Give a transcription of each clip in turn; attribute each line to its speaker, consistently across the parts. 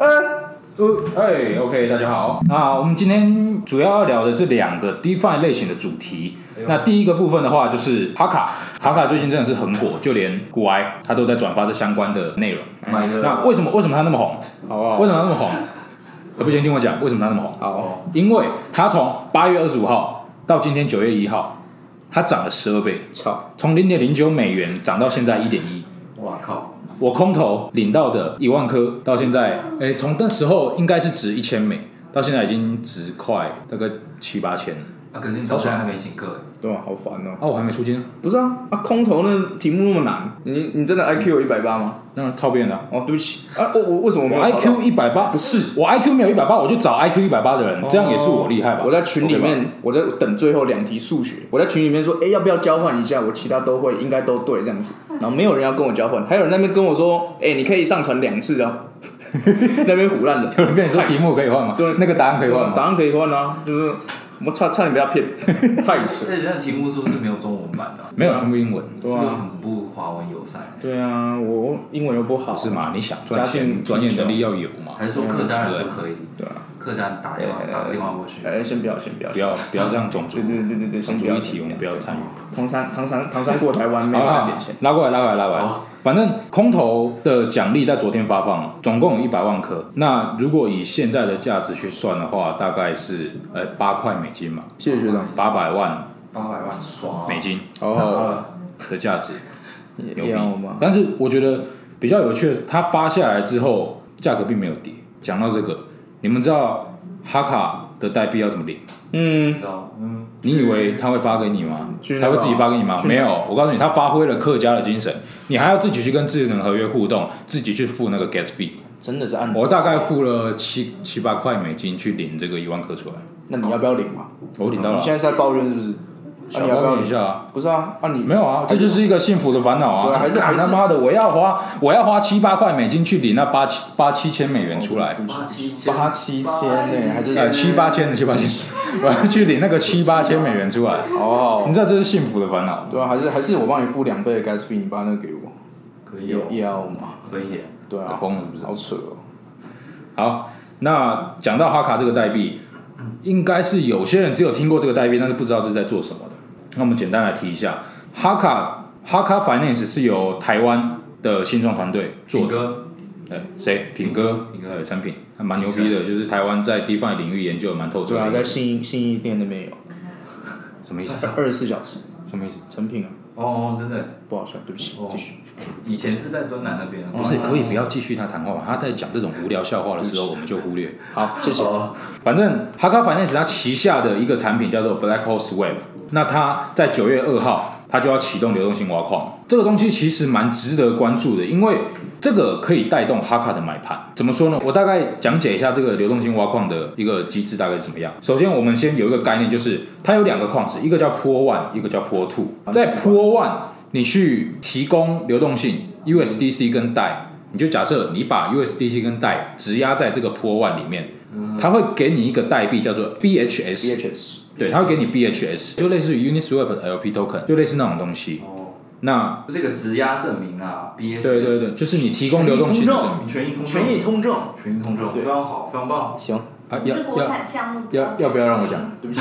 Speaker 1: 呃，哎，OK，大家好。那我们今天主要要聊的是两个 DeFi 类型的主题。那第一个部分的话，就是哈卡，哈卡最近真的是很火，就连古埃他都在转发这相关的内容。
Speaker 2: 买了
Speaker 1: 那为什么为什么他那么红？
Speaker 3: 好不好？
Speaker 1: 为什么他那么红？可不先听我讲，为什么他那么红？
Speaker 3: 好，
Speaker 1: 因为他从八月二十五号到今天九月一号，它涨了十二倍，
Speaker 3: 操，
Speaker 1: 从零点零九美元涨到现在一点一。
Speaker 2: 哇靠，
Speaker 1: 我空投领到的一万颗，到现在，诶，从那时候应该是值一千美，到现在已经值快大概七八千了。
Speaker 2: 啊，可是你到现在还没请客
Speaker 3: 对吧？好烦哦。
Speaker 1: 啊，我还没出金，
Speaker 3: 不是啊，啊，空投那题目那么难，你你
Speaker 1: 嗯
Speaker 3: 真的 IQ 有一百八吗？
Speaker 1: 那超别人的啊、
Speaker 3: 哦，对不起，啊，我我为什么没
Speaker 1: 我
Speaker 3: 有找到
Speaker 1: IQ 一百八，不是我 IQ 没有一百八，我就找 IQ 一百八的人，这样也是我厉害吧？
Speaker 3: 哦我在群里
Speaker 1: OK 吧
Speaker 3: 面，我在等最后两题数学，我在群里面说，哎，要不要交换一下？我其他都会，应该都对这样子。
Speaker 1: 嗯
Speaker 3: 然后没有人要跟我交换，还有人在那边跟我说，哎，你可以上传两次啊， 那边胡乱的。
Speaker 1: 有人跟你说题目可以换吗？
Speaker 3: 对
Speaker 1: 那个答案可以换吗？
Speaker 3: 答案可以换啊，就是我差差点被他骗， 太扯。
Speaker 2: 而且那题目是不是没有中文版的、啊？
Speaker 1: 没有，全部英文，
Speaker 3: 对
Speaker 2: 是不是
Speaker 3: 啊，
Speaker 2: 很不华文友善，
Speaker 3: 对啊，我英文又不好，
Speaker 1: 是吗？你想赚
Speaker 3: 加进
Speaker 1: 钱，专业能力要有嘛？
Speaker 2: 还是说客家人就可以？
Speaker 3: 对啊，
Speaker 2: 客家人打电话打电话过去，
Speaker 3: 哎，先不要，先不要，
Speaker 1: 不要不要这样种族
Speaker 3: 对对对对对，先
Speaker 1: 种族
Speaker 3: 不要
Speaker 1: 议题，我们不要参与。
Speaker 3: 唐山唐山唐山过台湾没
Speaker 1: 好啊
Speaker 3: 有
Speaker 1: 啦
Speaker 3: 半点钱，哦
Speaker 1: 拉过来，拉过来，拉过来
Speaker 2: 好。
Speaker 1: 反正空投的奖励在昨天发放，总共有一百万颗。那如果以现在的价值去算的话，大概是呃八块美金嘛，
Speaker 3: 谢谢学长。
Speaker 1: 八百万
Speaker 2: 八百万爽
Speaker 1: 美金
Speaker 3: 哦，
Speaker 1: 的价值，牛逼啊
Speaker 3: 要吗？
Speaker 1: 但是我觉得比较有趣的是，它发下来之后价格并没有跌。讲到这个，你们知道哈卡的代币要怎么领？
Speaker 3: 嗯，
Speaker 2: 知道？嗯，
Speaker 1: 你以为他会发给你吗
Speaker 3: 去？
Speaker 1: 他
Speaker 3: 那
Speaker 1: 会
Speaker 3: 个
Speaker 1: 自己发给你吗？
Speaker 3: 去
Speaker 1: 没有，我告诉你，他发挥了客家的精神，你还要自己去跟智能合约互动，自己去付那个 gas fee。
Speaker 3: 真的是按
Speaker 1: 我大概付了七七八块美金去领这个一万颗出来，
Speaker 3: 那你要不要领嘛？
Speaker 1: 我领到
Speaker 3: 你
Speaker 1: 了
Speaker 3: 嗯现。在是在抱怨是不是？啊，
Speaker 1: 小
Speaker 3: 你要不要
Speaker 1: 抱怨一
Speaker 3: 领？
Speaker 1: 下啊？
Speaker 3: 不是啊，啊你
Speaker 1: 没有啊，这就是一个幸福的烦恼
Speaker 3: 对
Speaker 1: 啊！
Speaker 3: 啊还是
Speaker 1: 干
Speaker 3: 还是
Speaker 1: 他妈的，我要花我要花七八块美金去领那八七八七千美元出来，
Speaker 3: 哦
Speaker 2: 八七千，
Speaker 3: 八七千呢，还
Speaker 1: 呃
Speaker 3: 是
Speaker 1: 七八千七八千，我要去领那个七八千美元出来，
Speaker 3: 哦，
Speaker 1: 你知道这是幸福的烦恼吗？
Speaker 3: 对啊，还是还是我帮你付两倍的 gas fee，你把那个给我，
Speaker 2: 可以哦，
Speaker 3: 也要嘛？
Speaker 2: 可以耶，
Speaker 3: 对啊，
Speaker 1: 疯了是不是
Speaker 3: 好扯哦，
Speaker 1: 好，那讲到哈卡这个代币，应该是有些人只有听过这个代币，但是不知道这是在做什么的。那我们简单来提一下，哈卡哈卡 Finance 是由台湾的新创团队做
Speaker 2: 做
Speaker 1: 的，
Speaker 2: 歌
Speaker 1: 对，谁？品哥，
Speaker 2: 品哥
Speaker 1: 呃，产品还蛮牛逼的，就是台湾在 DeFi 领域研究得蛮透彻
Speaker 3: 对啊，
Speaker 1: 的
Speaker 3: 在，信义信义店那边 有
Speaker 1: 什么意思？
Speaker 3: 二十四小时
Speaker 1: 什么意思？
Speaker 3: 成品啊，
Speaker 2: 哦，真的，
Speaker 3: 不好笑，对不起
Speaker 2: 哦，
Speaker 3: 继续。
Speaker 2: 以前是在敦南那边，
Speaker 1: 不是，可以不要继续他谈话吗？他在讲这种无聊笑话的时候，我们就忽略。
Speaker 3: 好，谢谢。
Speaker 2: 哦
Speaker 1: 反正哈卡 Finance 它旗下的一个产品叫做 Black Horse Web，那它在九月二号它就要启动流动性挖矿，这个东西其实蛮值得关注的，因为这个可以带动哈卡的买盘。怎么说呢？我大概讲解一下这个流动性挖矿的一个机制大概是怎么样。首先，我们先有一个概念，就是它有两个矿池，一个叫 Pool One，一个叫 Pool Two。在 Pool One，你去提供流动性 USDC 跟 DAI，你就假设你把 USDC 跟 DAI 质押在这个 Pool One 里面。它会给你一个代币叫做 BHS，
Speaker 3: BHS
Speaker 1: 对，它会给你 BHS，就类似于 Uniswap 的 LP token，就类似那种东西。
Speaker 2: 哦，
Speaker 1: 那
Speaker 2: 这个质押证明啊，B A，
Speaker 1: 对对，对，就是你提供流动性的证明
Speaker 2: 权益通证
Speaker 3: 权益通证，
Speaker 2: 权益通证，
Speaker 3: 对
Speaker 2: 非常好，非常棒，
Speaker 3: 行，
Speaker 1: 啊，
Speaker 4: 你
Speaker 1: 要
Speaker 4: 是国
Speaker 1: 要
Speaker 4: 产项目，
Speaker 1: 要要不要让我讲？
Speaker 3: 对不起，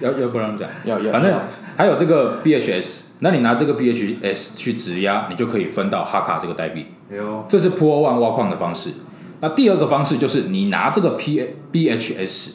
Speaker 1: 要要不让我讲？
Speaker 3: 要要，
Speaker 1: 反正
Speaker 3: 要
Speaker 1: 还有这个 BHS，那你拿这个 BHS 去质押，你就可以分到哈卡这个代币。
Speaker 2: 哎呦，
Speaker 1: 这是 p o One 挖矿的方式。那第二个方式就是你拿这个 P BHS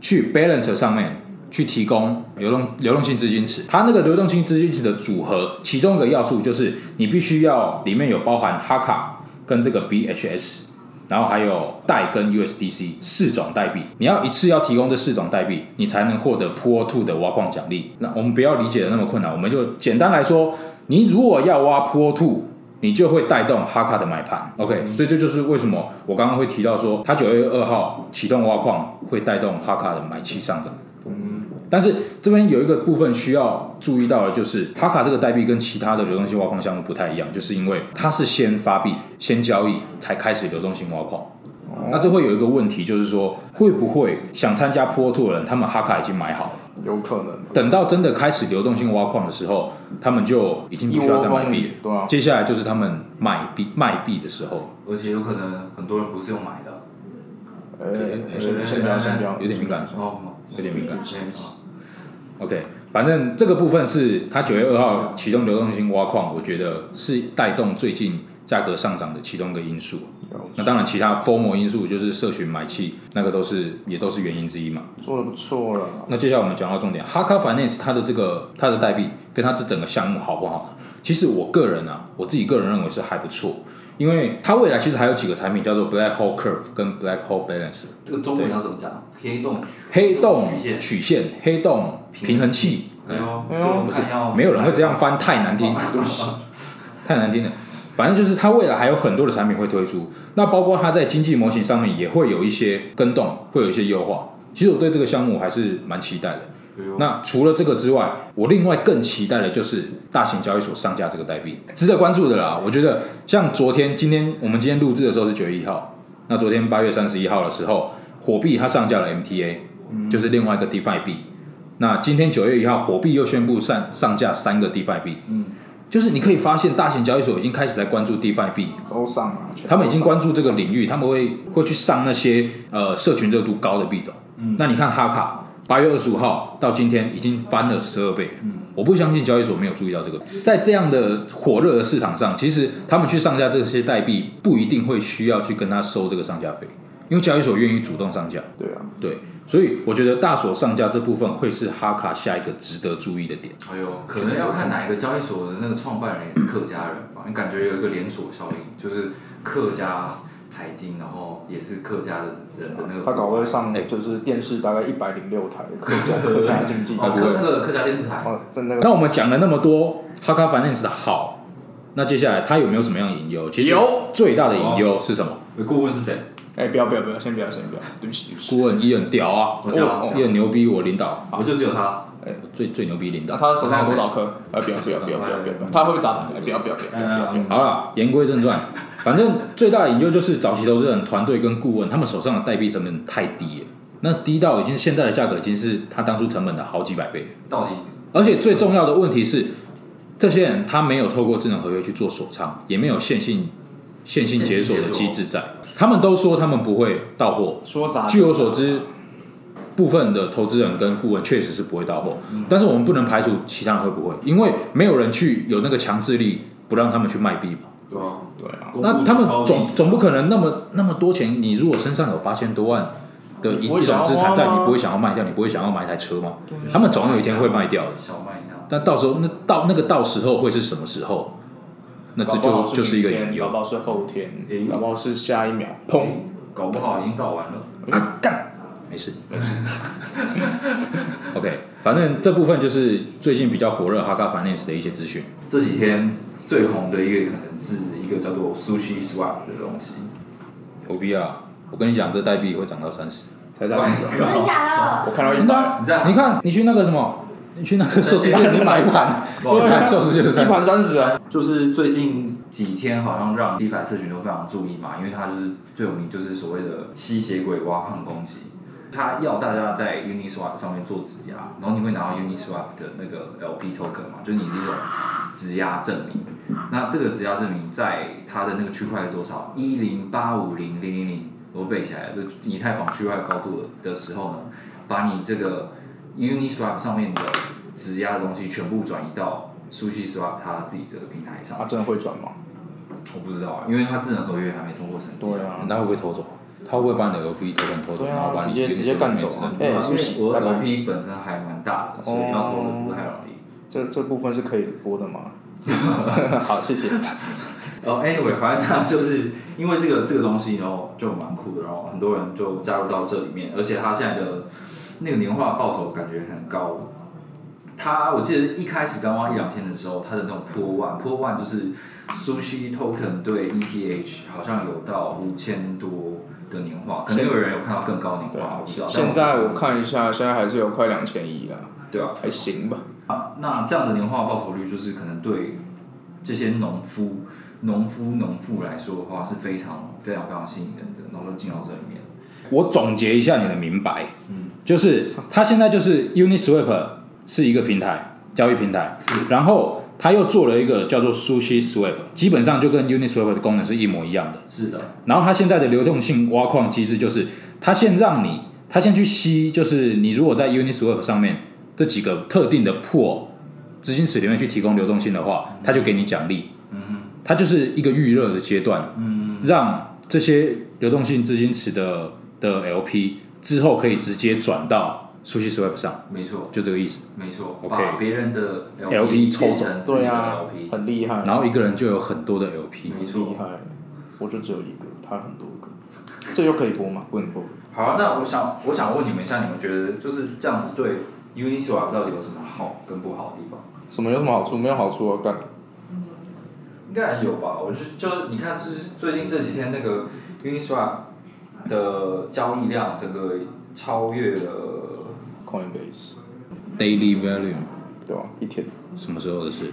Speaker 1: 去 Balance 上面去提供流动流动性资金池，它那个流动性资金池的组合，其中一个要素就是你必须要里面有包含哈卡跟这个 BHS，然后还有代跟 USDC 四种代币，你要一次要提供这四种代币，你才能获得 Pool Two 的挖矿奖励。那我们不要理解的那么困难，我们就简单来说，你如果要挖 Pool Two，你就会带动哈卡的买盘。OK，所以这就是为什么我刚刚会提到说，它九月二号启动挖矿会带动哈卡的买气上涨。但是这边有一个部分需要注意到的，就是哈卡这个代币跟其他的流动性挖矿项目不太一样，就是因为它是先发币、先交易才开始流动性挖矿。那这会有一个问题，就是说会不会想参加坡兔的人，他们哈卡已经买好了，
Speaker 3: 有可能
Speaker 1: 等到真的开始流动性挖矿的时候，他们就已经不需要再买币
Speaker 3: 对
Speaker 1: 了。
Speaker 3: 啊，
Speaker 1: 接下来就是他们卖币卖币的时候，
Speaker 2: 而且有可能很多人不是用买的，
Speaker 3: 呃
Speaker 1: 呃，
Speaker 3: 先先不要，先不要，
Speaker 1: 有点敏感。
Speaker 2: 哦，
Speaker 1: 有点敏感
Speaker 2: 没错
Speaker 1: OK，反正这个部分是它九月二号启动流动性挖矿，我觉得是带动最近价格上涨的其中一个因素。那当然，其他 formal 因素就是社群买气，那个都是也都是原因之一嘛。
Speaker 3: 做的不错了，
Speaker 1: 那接下来我们讲到重点，哈卡 Finance 它的这个它的代币跟它这整个项目好不好呢？其实我个人啊，我自己个人认为是还不错，因为它未来其实还有几个产品叫做 Black Hole Curve 跟 Black Hole Balance，
Speaker 2: 这个中文要怎么讲？黑洞曲，
Speaker 1: 黑洞
Speaker 2: 曲线，
Speaker 1: 曲线、黑洞平衡器，
Speaker 2: 哎
Speaker 1: 哎
Speaker 2: 呦，
Speaker 3: 哎呦
Speaker 2: 这我
Speaker 1: 不
Speaker 2: 们
Speaker 1: 是
Speaker 2: 看要
Speaker 1: 没有人会这样翻，太难 听，
Speaker 2: 哦
Speaker 1: 哎太难听了。反正就是它未来还有很多的产品会推出，那包括它在经济模型上面也会有一些跟动，会有一些优化。其实我对这个项目还是蛮期待的。
Speaker 2: 哎呦
Speaker 1: 那除了这个之外，我另外更期待的就是大型交易所上架这个代币，值得关注的啦。我觉得像昨天、今天我们今天录制的时候是九月一号，那昨天八月三十一号的时候，火币它上架了 MTA，、就是另外一个 DeFi 币。那今天九月一号，火币又宣布上上架三个 DeFi 币，嗯，就是你可以发现大型交易所已经开始在关注 DeFi 币，
Speaker 3: 都上了，全都上
Speaker 1: 他们已经关注这个领域，他们会会去上那些呃社群热度高的币种。那你看哈卡，八月二十五号到今天已经翻了十二倍了。我不相信交易所没有注意到这个。在这样的火热的市场上，其实他们去上架这些代币，不一定会需要去跟他收这个上架费，因为交易所愿意主动上架。
Speaker 3: 对啊，
Speaker 1: 对，所以我觉得大所上架这部分会是哈卡下一个值得注意的点。
Speaker 2: 哎呦，可能要看哪一个交易所的那个创办人也是客家人吧？你感觉有一个连锁效应，就是客家财经，然后也是客家的人的那个。哦
Speaker 3: 他搞会上
Speaker 1: 哎
Speaker 3: 就是电视大概一百零六台客家客家经济，
Speaker 2: 哦，客那个客家电视台，
Speaker 3: 哦，真的
Speaker 1: 哎啊那我们讲了那么多哈卡 Finance 的好，那接下来它有没有什么样的隐忧？其实
Speaker 3: 有
Speaker 1: 最大的隐忧是什么？
Speaker 2: 顾问是谁？
Speaker 3: 哎，不要不要不要，先不要先不要，对不起对不起。
Speaker 1: 顾问伊很屌啊，
Speaker 2: 我屌啊
Speaker 1: 伊很牛逼，我领导
Speaker 2: 啊我就只有他。
Speaker 1: 最最牛逼领
Speaker 3: 那
Speaker 1: 导。
Speaker 3: 啊他手上有多少颗？哎，不要不要不要不要不要，不要他会不会砸盘？哎，不要不要不
Speaker 1: 嗯
Speaker 3: 要不要不要不要。
Speaker 1: 好了，言归正传，反正最大的隐忧就是早期投资人团队跟顾问他们手上的代币成本太低了，那低到已经现在的价格已经是他当初成本的好几百倍了。
Speaker 2: 到底
Speaker 1: 啊而且最重要的问题是，这些人他没有透过智能合约去做锁仓，也没有线性线性解锁的机制在。他们都说他们不会到货，
Speaker 3: 说砸，
Speaker 1: 据我所知，部分的投资人跟顾问确实是不会到货，但是我们不能排除其他人会不会，因为没有人去有那个强制力不让他们去卖币嘛。
Speaker 2: 对吧？
Speaker 3: 对啊，
Speaker 1: 那他们总总不可能那么那么多钱，你如果身上有八千多万的一
Speaker 3: 你不会
Speaker 1: 一种
Speaker 3: 想要
Speaker 1: 资产在，
Speaker 3: 花吗
Speaker 1: 你不会想要卖啊掉，你不会想要买一台车吗？他们总有一天会卖掉的。
Speaker 2: 小卖一下，
Speaker 1: 但到时候那到那个到时候会是什么时候？那这
Speaker 3: 搞不
Speaker 1: 就
Speaker 3: 好
Speaker 1: 就是一个
Speaker 3: 明天
Speaker 1: 隐
Speaker 3: 搞
Speaker 1: 忧
Speaker 3: 不好是后天
Speaker 2: 诶，
Speaker 3: 搞不好是下一秒，哎砰！
Speaker 2: 搞不好已经到完了。
Speaker 1: 啊！干，没事没事。OK，反正这部分就是最近比较火热哈卡 Finance 的一些资讯。
Speaker 2: 这几天最红的一个可能是一个叫做 Sushi Swap 的东西，
Speaker 1: 牛逼啊！我跟你讲，这代币会涨到三十。啊
Speaker 3: 才砸 死
Speaker 4: 真的假的？
Speaker 3: 我看到一百，
Speaker 2: 你在
Speaker 1: 你看，你去那个什么，你去那个寿司店，你买一盘，
Speaker 2: 哇
Speaker 1: 一盘寿司啊就是
Speaker 3: 一
Speaker 1: 三十。
Speaker 3: 盘三十啊！
Speaker 2: 就是最近几天好像让 DeFi 社群都非常注意嘛，因为它就是最有名就是所谓的吸血鬼挖矿攻击，它要大家在 Uniswap 上面做质押，然后你会拿到 Uniswap 的那个 LP token 嘛，就是你一种质押证明。那这个质押证明在它的那个区块是多少？一零八五零零零零，我背起来了，就以太坊区块高度的时候呢，把你这个 Uniswap 上面的质押的东西全部转移到 SushiSwap 它自己这个平台上
Speaker 3: 他。真的会转吗？
Speaker 2: 我不知道，啊因为它智能合约还没通过审计。
Speaker 3: 啊
Speaker 1: 他会不会偷走？他会不会把你的 LP 偷走偷走，
Speaker 3: 对啊
Speaker 1: 然后把你
Speaker 3: 直接
Speaker 1: 的
Speaker 3: 直接干走啊
Speaker 1: 资
Speaker 3: 哎
Speaker 1: 产
Speaker 2: 因为
Speaker 3: 苏
Speaker 2: 我
Speaker 3: 拜拜
Speaker 2: 的 LP 本身还蛮大的，所以要投资不太容易。
Speaker 3: 这这部分是可以播的吗？ 好，谢谢。
Speaker 2: 哦、anyway，反正它就是因为这个这个东西，然后就蛮酷的，然后很多人就加入到这里面，而且它现在的那个年化报酬感觉很高。它我记得一开始刚挖一两天的时候，它的那种破万破万就是 Sushi Token 对 ETH 好像有到五千多的年化，可能有人有看到更高年
Speaker 3: 对
Speaker 2: 化，我不知道。
Speaker 3: 现在我看一下，现在还是有快两千亿了，
Speaker 2: 对啊，
Speaker 3: 还行吧。
Speaker 2: 啊，那这样的年化报酬率就是可能对这些农夫、农夫、农妇来说的话是非常、非常、非常吸引人的，然后就进到这里面。
Speaker 1: 我总结一下你的明白，就是它现在就是 Uniswap 是一个平台交易平台，然后他又做了一个叫做 Sushi Swap，基本上就跟 Uniswap 的功能是一模一样的。
Speaker 2: 是的，
Speaker 1: 然后它现在的流动性挖矿机制就是，它先让你，它先去吸，就是你如果在 Uniswap 上面这几个特定的破资金池里面去提供流动性的话，它就给你奖励。
Speaker 2: 嗯
Speaker 1: 它就是一个预热的阶段，
Speaker 2: 哼嗯，
Speaker 1: 让这些流动性资金池的的 LP 之后可以直接转到 Sushi Swap 上，
Speaker 2: 没错
Speaker 1: 就这个意思。
Speaker 2: 没错，
Speaker 1: OK
Speaker 2: 把别人的
Speaker 1: LP 抽
Speaker 2: 变
Speaker 1: 走
Speaker 2: 成自己
Speaker 3: 对
Speaker 2: 的
Speaker 3: 啊
Speaker 2: LP，，
Speaker 3: 很厉害，
Speaker 1: 然后一个人就有很多的 LP。
Speaker 2: 哎没
Speaker 3: 厉
Speaker 2: 错。
Speaker 3: 害，我就只有一个，他很多个，这又可以播吗？不能播。
Speaker 2: 好啊，那我想我想问你们一下，你们觉得就是这样子对 Uniswap 到底有什么好跟不好的地方？
Speaker 3: 什么有什么好处？没有好处啊，干
Speaker 2: 应该还有吧？我就就你看，就是最近这几天那个 Uniswap 的交易量，整个超越了
Speaker 3: Coinbase，
Speaker 1: Daily Volume
Speaker 3: 对吧、一天
Speaker 1: 什么时候的事？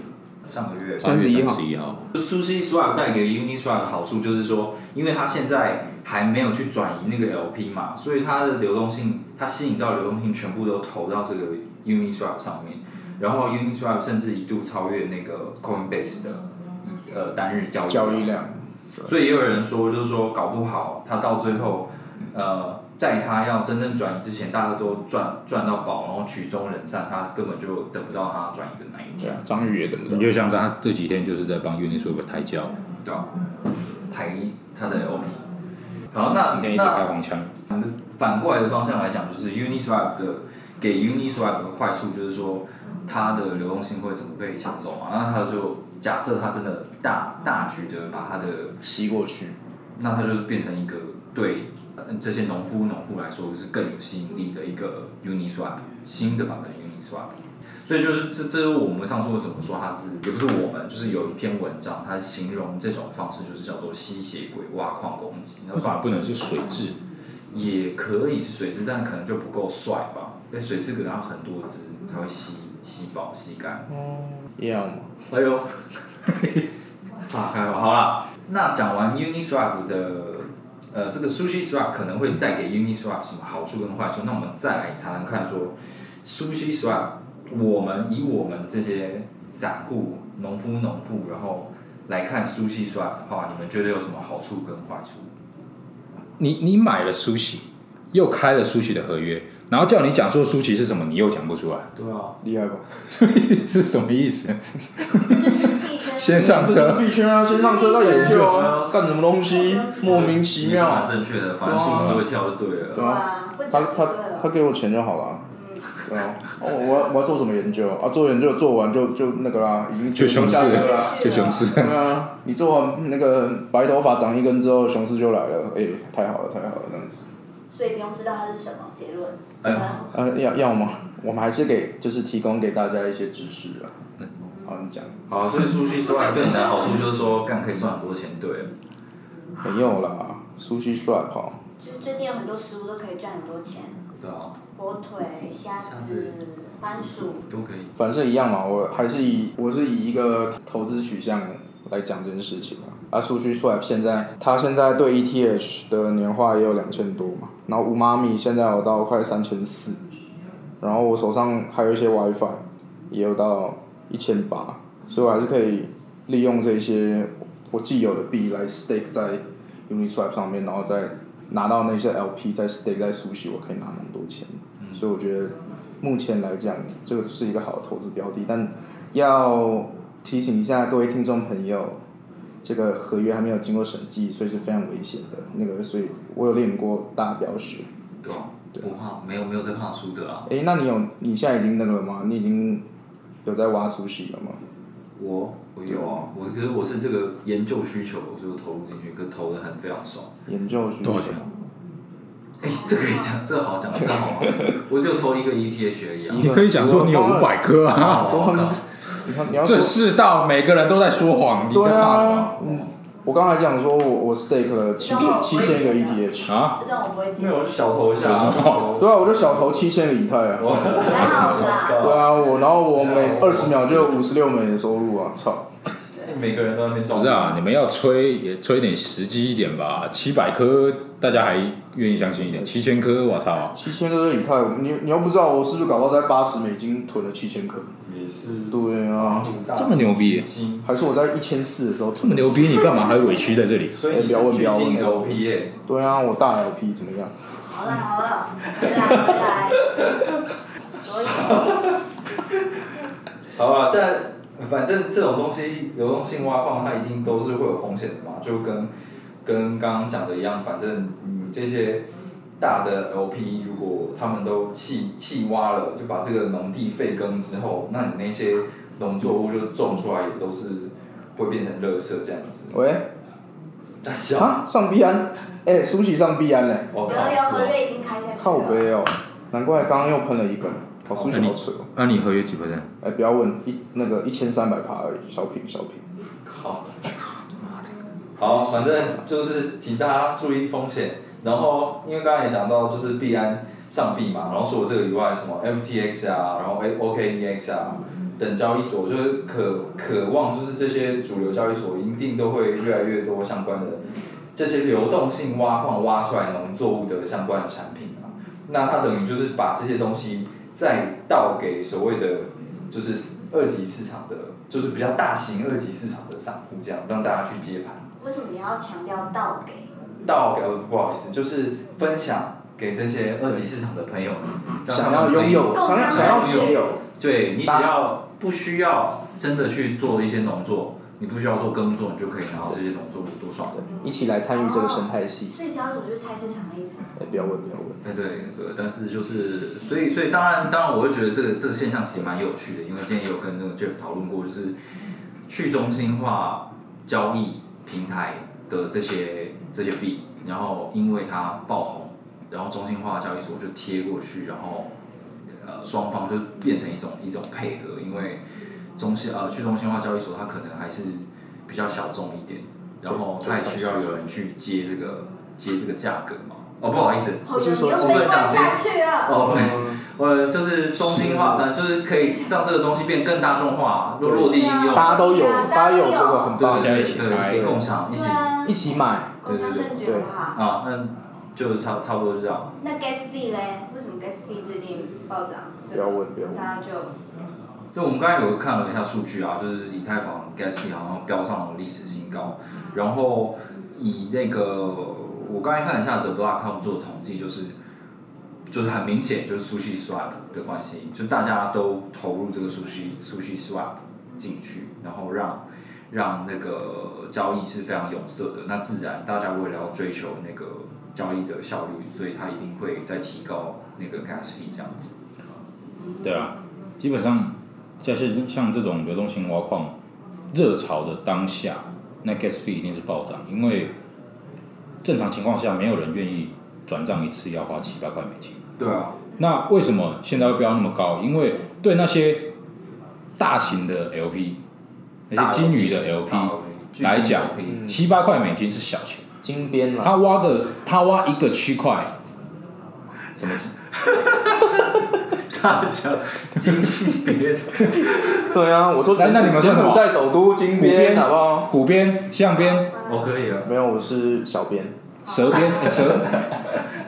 Speaker 2: 上个月吧。
Speaker 3: 31号
Speaker 1: 十一号。
Speaker 2: Sushi Swap 带给 Uniswap 的好处就是说，因为它现在还没有去转移那个 LP 嘛，所以它的流动性，它吸引到流动性全部都投到这个 Uniswap 上面，然后 Uniswap 甚至一度超越那个 Coinbase 的呃单日交易
Speaker 3: 交易量，
Speaker 2: 所以也有人说，就是说搞不好他到最后，呃，在他要真正转移之前，大家都赚赚到宝，然后曲终人散，他根本就等不到他转移的那一
Speaker 3: 对
Speaker 2: 天，
Speaker 3: 啊，章鱼也等不
Speaker 1: 你
Speaker 3: 到。
Speaker 1: 就像他这几天就是在帮 Uniswap 抬轿，
Speaker 2: 对吧、抬他的 LP。好，那
Speaker 1: 每天一直开
Speaker 2: 那
Speaker 1: 黄腔。
Speaker 2: 反过来的方向来讲，就是 Uniswap 的给 Uniswap 的坏处就是说，它的流动性会怎么被抢走嘛？那他就假设他真的大大举的把他的
Speaker 3: 吸过去，
Speaker 2: 那它就变成一个对呃这些农夫农户来说是更有吸引力的一个 Uniswap 新的版本的 Uniswap。所以就是这这是我们上次为什么说它是也不是我们，就是有一篇文章，它形容这种方式就是叫做吸血鬼挖矿攻击。那
Speaker 1: 为什么不能是水质？
Speaker 2: 也可以是水蛭，但可能就不够帅吧。那水蛭可能要很多只，它会吸吸饱吸干。
Speaker 3: 要吗？
Speaker 2: 哎呦，岔开了，好啦。那讲完 Uniswap 的，呃，这个 Sushi Swap 可能会带给 Uniswap 什么好处跟坏处？那我们再来谈谈看说 Sushi Swap，我们以我们这些散户、农夫、农户，然后来看 Sushi Swap 的话，你们觉得有什么好处跟坏处？
Speaker 1: 你你买了苏洗，又开了苏洗的合约，然后叫你讲说苏洗是什么，你又讲不出来，
Speaker 2: 对啊，
Speaker 3: 厉害吧？
Speaker 1: 是什么意思？先
Speaker 4: 先
Speaker 1: 上
Speaker 3: 这是
Speaker 1: 车，
Speaker 3: 币圈啊，先上车再研究啊，干什么东西？莫名其
Speaker 2: 没什么
Speaker 3: 妙。
Speaker 2: 正确的，反正数字会跳就啊对了。
Speaker 3: 对啊，他他他给我钱就好了。
Speaker 4: 嗯
Speaker 3: 对啊，哦我要我要做什么研究啊？做研究做完就就那个啦，已经
Speaker 1: 就熊市
Speaker 3: 下车了啊。
Speaker 1: 就熊市。
Speaker 3: 对啊，你做完那个白头发长一根之后，雄狮就来了，哎、太好了，太好了，这样子。
Speaker 4: 所以不用知道它是什么结论。
Speaker 2: 哎呦
Speaker 4: 啊
Speaker 3: 呃，要要吗？我们还是给就是提供给大家一些知识啊。好，你讲。
Speaker 2: 好， 所以 Sushi Swap 对你的好处就是说，干可以赚很多钱，对了。
Speaker 3: 没有啦，苏西帅跑。
Speaker 4: 嗯就是最近有很多食物都可以赚很多钱，
Speaker 2: 对啊，
Speaker 4: 火腿、虾子、番薯。
Speaker 2: 都可以。
Speaker 3: 反正一样嘛，我还是以我是以一个投资取向来讲这件事情啊。啊，数据 Swap 现在它现在对 ETH 的年化也有两千多嘛，然后五妈咪现在有到快三千四，然后我手上还有一些 WiFi 也有到一千八，所以我还是可以利用这些我既有的币来 stake 在 Uniswap 上面，然后再拿到那些 LP 再 stake 在苏西，我可以拿蛮多钱的，所以我觉得。目前来讲，这个是一个好的投资标的，但要提醒一下各位听众朋友，这个合约还没有经过审计，所以是非常危险的。那个，所以我有练过大标识。
Speaker 2: 对啊，不怕，没有没有在怕输的啊。
Speaker 3: 诶，那你有你现在已经那个了吗？你已经有在挖苏西了吗？
Speaker 2: 我我有啊，我可是我是这个研究需求，所以我投入进去，可投的很非常 爽。
Speaker 3: 研究苏西
Speaker 1: 多少钱
Speaker 2: 哎，这可以讲，这好讲，这好玩。我就投一个 ETH 而已啊。
Speaker 1: 你 可以讲说你有五百颗啊，
Speaker 2: 好好好
Speaker 3: 你看你要说
Speaker 1: 这，世道每个人都在说谎，你
Speaker 3: 对
Speaker 1: 干嘛？
Speaker 3: 啊，嗯，我刚才讲说我我 stake 了七千七千个 E ETH，
Speaker 1: 啊，
Speaker 4: 这段我不会接
Speaker 2: 没。有，我就小投一下
Speaker 1: 有什
Speaker 2: 啊。
Speaker 3: 对啊，我就小投七千个以太啊。
Speaker 4: 还好啦，
Speaker 3: 对啊，我然后我每二十秒就有五十六美的收入啊，操！
Speaker 2: 每个人都在那边
Speaker 1: 不是啊，你们要吹也吹点实际一点吧，七百颗大家还愿意相信一点，七千颗我操，
Speaker 3: 七千颗以太，你你又不知道我是不是搞不好在八十美金囤了七千颗，
Speaker 2: 也
Speaker 5: 也是
Speaker 3: 对
Speaker 5: 大
Speaker 3: 啊
Speaker 5: 股大
Speaker 1: 这么牛逼
Speaker 5: 基金
Speaker 3: 还是我在一千四的时候
Speaker 1: 这么牛逼，你干嘛还委屈在这里？
Speaker 2: 所以你
Speaker 3: 哎不要
Speaker 2: 是
Speaker 3: 问不
Speaker 2: 巨
Speaker 3: 要问
Speaker 2: 金 LP 耶，
Speaker 3: 对啊，我大 LP 怎么样？
Speaker 4: 好了好了，回来回来。所以
Speaker 2: 好吧，但反正这种东西流动性挖矿，它一定都是会有风险的嘛，就跟跟刚刚讲的一样，反正你这些大的 LP 如果他们都弃弃挖了，就把这个农地废耕之后，那你那些农作物就种出来也都是会变成垃圾这样子。
Speaker 3: 喂，
Speaker 2: 大小，
Speaker 3: 啊，上币安，哎、苏起上币安嘞、
Speaker 2: 我
Speaker 4: 有
Speaker 2: 靠，
Speaker 4: 有合
Speaker 2: 是吗
Speaker 4: 约已经开下去了。啊
Speaker 3: 靠背哦、难怪刚刚又喷了一根，好苏起好扯哦、
Speaker 1: 那你合约几 percent？
Speaker 3: 哎、不要问一那个一千三百趴而已，小品小品。
Speaker 2: 好，好，反正就是请大家注意风险。然后，因为刚才也讲到，就是币安上币嘛，然后除了这个以外，什么 FTX 啊，然后 A OKEX 啊等交易所，就是可渴望就是这些主流交易所一定都会越来越多相关的这些流动性挖矿挖出来农作物的相关的产品啊。那它等于就是把这些东西再倒给所谓的就是二级市场的，就是比较大型二级市场的散户，这样让大家去接盘。
Speaker 4: 为什么你要强调倒给？
Speaker 2: 倒给呃不好意思，就是分享给这些二级市场的朋友，让
Speaker 3: 嗯啊
Speaker 2: 他
Speaker 3: 想
Speaker 2: 们
Speaker 3: 要拥有，
Speaker 4: 可以
Speaker 3: 想要想要持有，
Speaker 2: 对你只要不需要真的去做一些农作，你不需要做耕作，你就可以拿到这些农作物，多爽！
Speaker 3: 一起来参与这个生态系。
Speaker 4: 所以交易所就是菜市场的意思。
Speaker 3: 哎、不要问，不要问。
Speaker 2: 哎，对对，但是就是，所以所以当然当然，我会觉得这个这个现象其实蛮有趣的，因为今天也有跟那个 Jeff 讨论过，就是去中心化交易平台的这些这些币，然后因为它爆红，然后中心化交易所就贴过去，然后呃双方就变成一种一种配合，因为中心呃去中心化交易所它可能还是比较小众一点，然后它也需要有人去接这个接这个价格嘛。哦，不好意思，
Speaker 4: 好
Speaker 3: 是说
Speaker 4: 你又被灌下去啊了。
Speaker 2: 哦，
Speaker 3: 嗯
Speaker 2: 呃，就是中心化，呃，就是可以让这个东西变更大众化，落落地应用，
Speaker 3: 大家都有
Speaker 4: 对啊，
Speaker 3: 大家有这个很
Speaker 2: 对
Speaker 3: 棒，
Speaker 1: 大家
Speaker 2: 对
Speaker 1: 一起
Speaker 2: 对，
Speaker 1: 开
Speaker 2: 一起共享，一
Speaker 4: 对
Speaker 2: 起
Speaker 4: 啊
Speaker 3: 一，起买。
Speaker 4: 共襄盛举好不好？
Speaker 2: 啊，那就差差不多就这样。
Speaker 4: 那 gas fee 嘞？为什么 gas fee 最近暴涨？
Speaker 3: 不要问不要问
Speaker 4: 大家就
Speaker 2: 就我们刚才有看了一下数据啊，就是以太坊 gas fee 好像飙上了历史新高，然后以那个我刚才看了一下 The Block 他们做的统计，就是就是很明显就是 Sushi Swap 的关系，就大家都投入这个 Sushi Sushi Swap 进去，然后让让那个交易是非常有色的，那自然大家为了要追求那个交易的效率，所以它一定会再提高那个 gas fee 这样子。
Speaker 1: 对啊，基本上像是像这种流动性挖矿热潮的当下，那 gas fee 一定是暴涨，因为正常情况下没有人愿意转账一次要花七八块美金。
Speaker 2: 对啊，
Speaker 1: 那为什么现在会飙那么高？因为对那些大型的 LP，那些金鱼的 LP，来讲七八块美金是小钱，
Speaker 3: 金边啦，
Speaker 1: 他挖个他挖一个区块，什么？
Speaker 2: 大家金边，
Speaker 3: 对啊，我说
Speaker 1: 那那你们
Speaker 3: 柬
Speaker 1: 算什
Speaker 3: 埔
Speaker 1: 么
Speaker 3: 寨首都金边
Speaker 1: 湖边
Speaker 3: 好不好？
Speaker 1: 虎边、象边、
Speaker 2: 我可以啊，
Speaker 3: 没有，我是小编，
Speaker 1: 蛇边、呃 蛇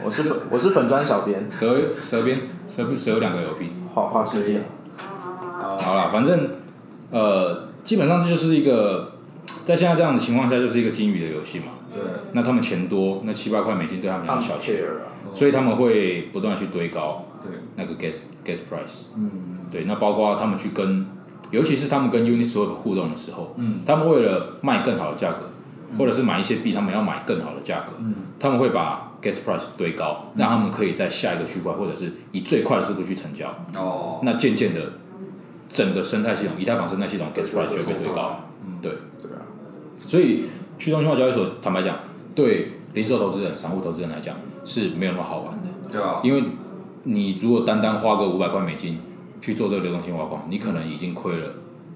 Speaker 3: 我是粉我是粉砖小编，
Speaker 1: 蛇蛇边蛇蛇有两个 LP。
Speaker 3: 画画世界。
Speaker 2: 好
Speaker 1: 好啦，反正呃，基本上这就是一个在现在这样的情况下，就是一个金鱼的游戏嘛。
Speaker 2: 对，
Speaker 1: 那他们钱多，那七八块美金对他们来讲小钱，
Speaker 3: care 啊，
Speaker 1: 所以他们会不断地去堆高
Speaker 2: 对，
Speaker 1: 那个 gas gas price。
Speaker 2: 嗯
Speaker 1: 对，那包括他们去跟，尤其是他们跟 Uniswap 互动的时候，
Speaker 2: 嗯
Speaker 1: 他们为了卖更好的价格，或者是买一些币，他们要买更好的价格，
Speaker 2: 嗯
Speaker 1: 他们会把 gas price 堆高，让他们可以在下一个区块，或者是以最快的速度去成交。
Speaker 2: 哦，
Speaker 1: 那渐渐的，整个生态系统，以太坊生态系统 gas price 就会被推高。
Speaker 2: 嗯
Speaker 1: 对，
Speaker 3: 对啊，
Speaker 1: 所以去中心化交易所，坦白讲，对零售投资人、散户投资人来讲是没有那么好玩的，
Speaker 2: 对吧？
Speaker 1: 因为你如果单单花个五百块美金去做这个流动性挖矿，你可能已经亏了，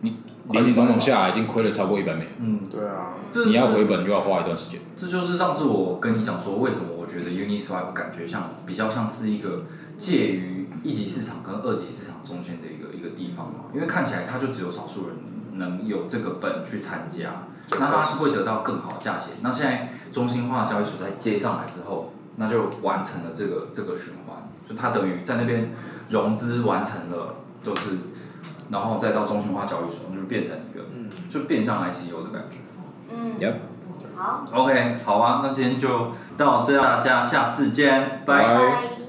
Speaker 1: 你
Speaker 3: 亏
Speaker 1: 零零总
Speaker 3: 100
Speaker 1: 总下来已经亏了超过一百美元，
Speaker 2: 嗯，
Speaker 3: 对啊，
Speaker 2: 这
Speaker 1: 你要回本就要花一段时间。
Speaker 2: 这就是上次我跟你讲说，为什么我觉得 Uniswap 感觉像比较像是一个介于一级市场跟二级市场中间的一个一个地方嘛，因为看起来它就只有少数人能有这个本去参加，那他会得到更好的价钱。那现在中心化交易所在接上来之后，那就完成了这个这个循环，就它等于在那边融资完成了，就是然后再到中心化交易所，就变成一个，就变相 ICO 的感觉。
Speaker 4: 嗯，
Speaker 1: Yep，
Speaker 4: 好，
Speaker 2: OK，好啊，那今天就到这，大家下次见，拜。
Speaker 1: 拜
Speaker 4: 拜。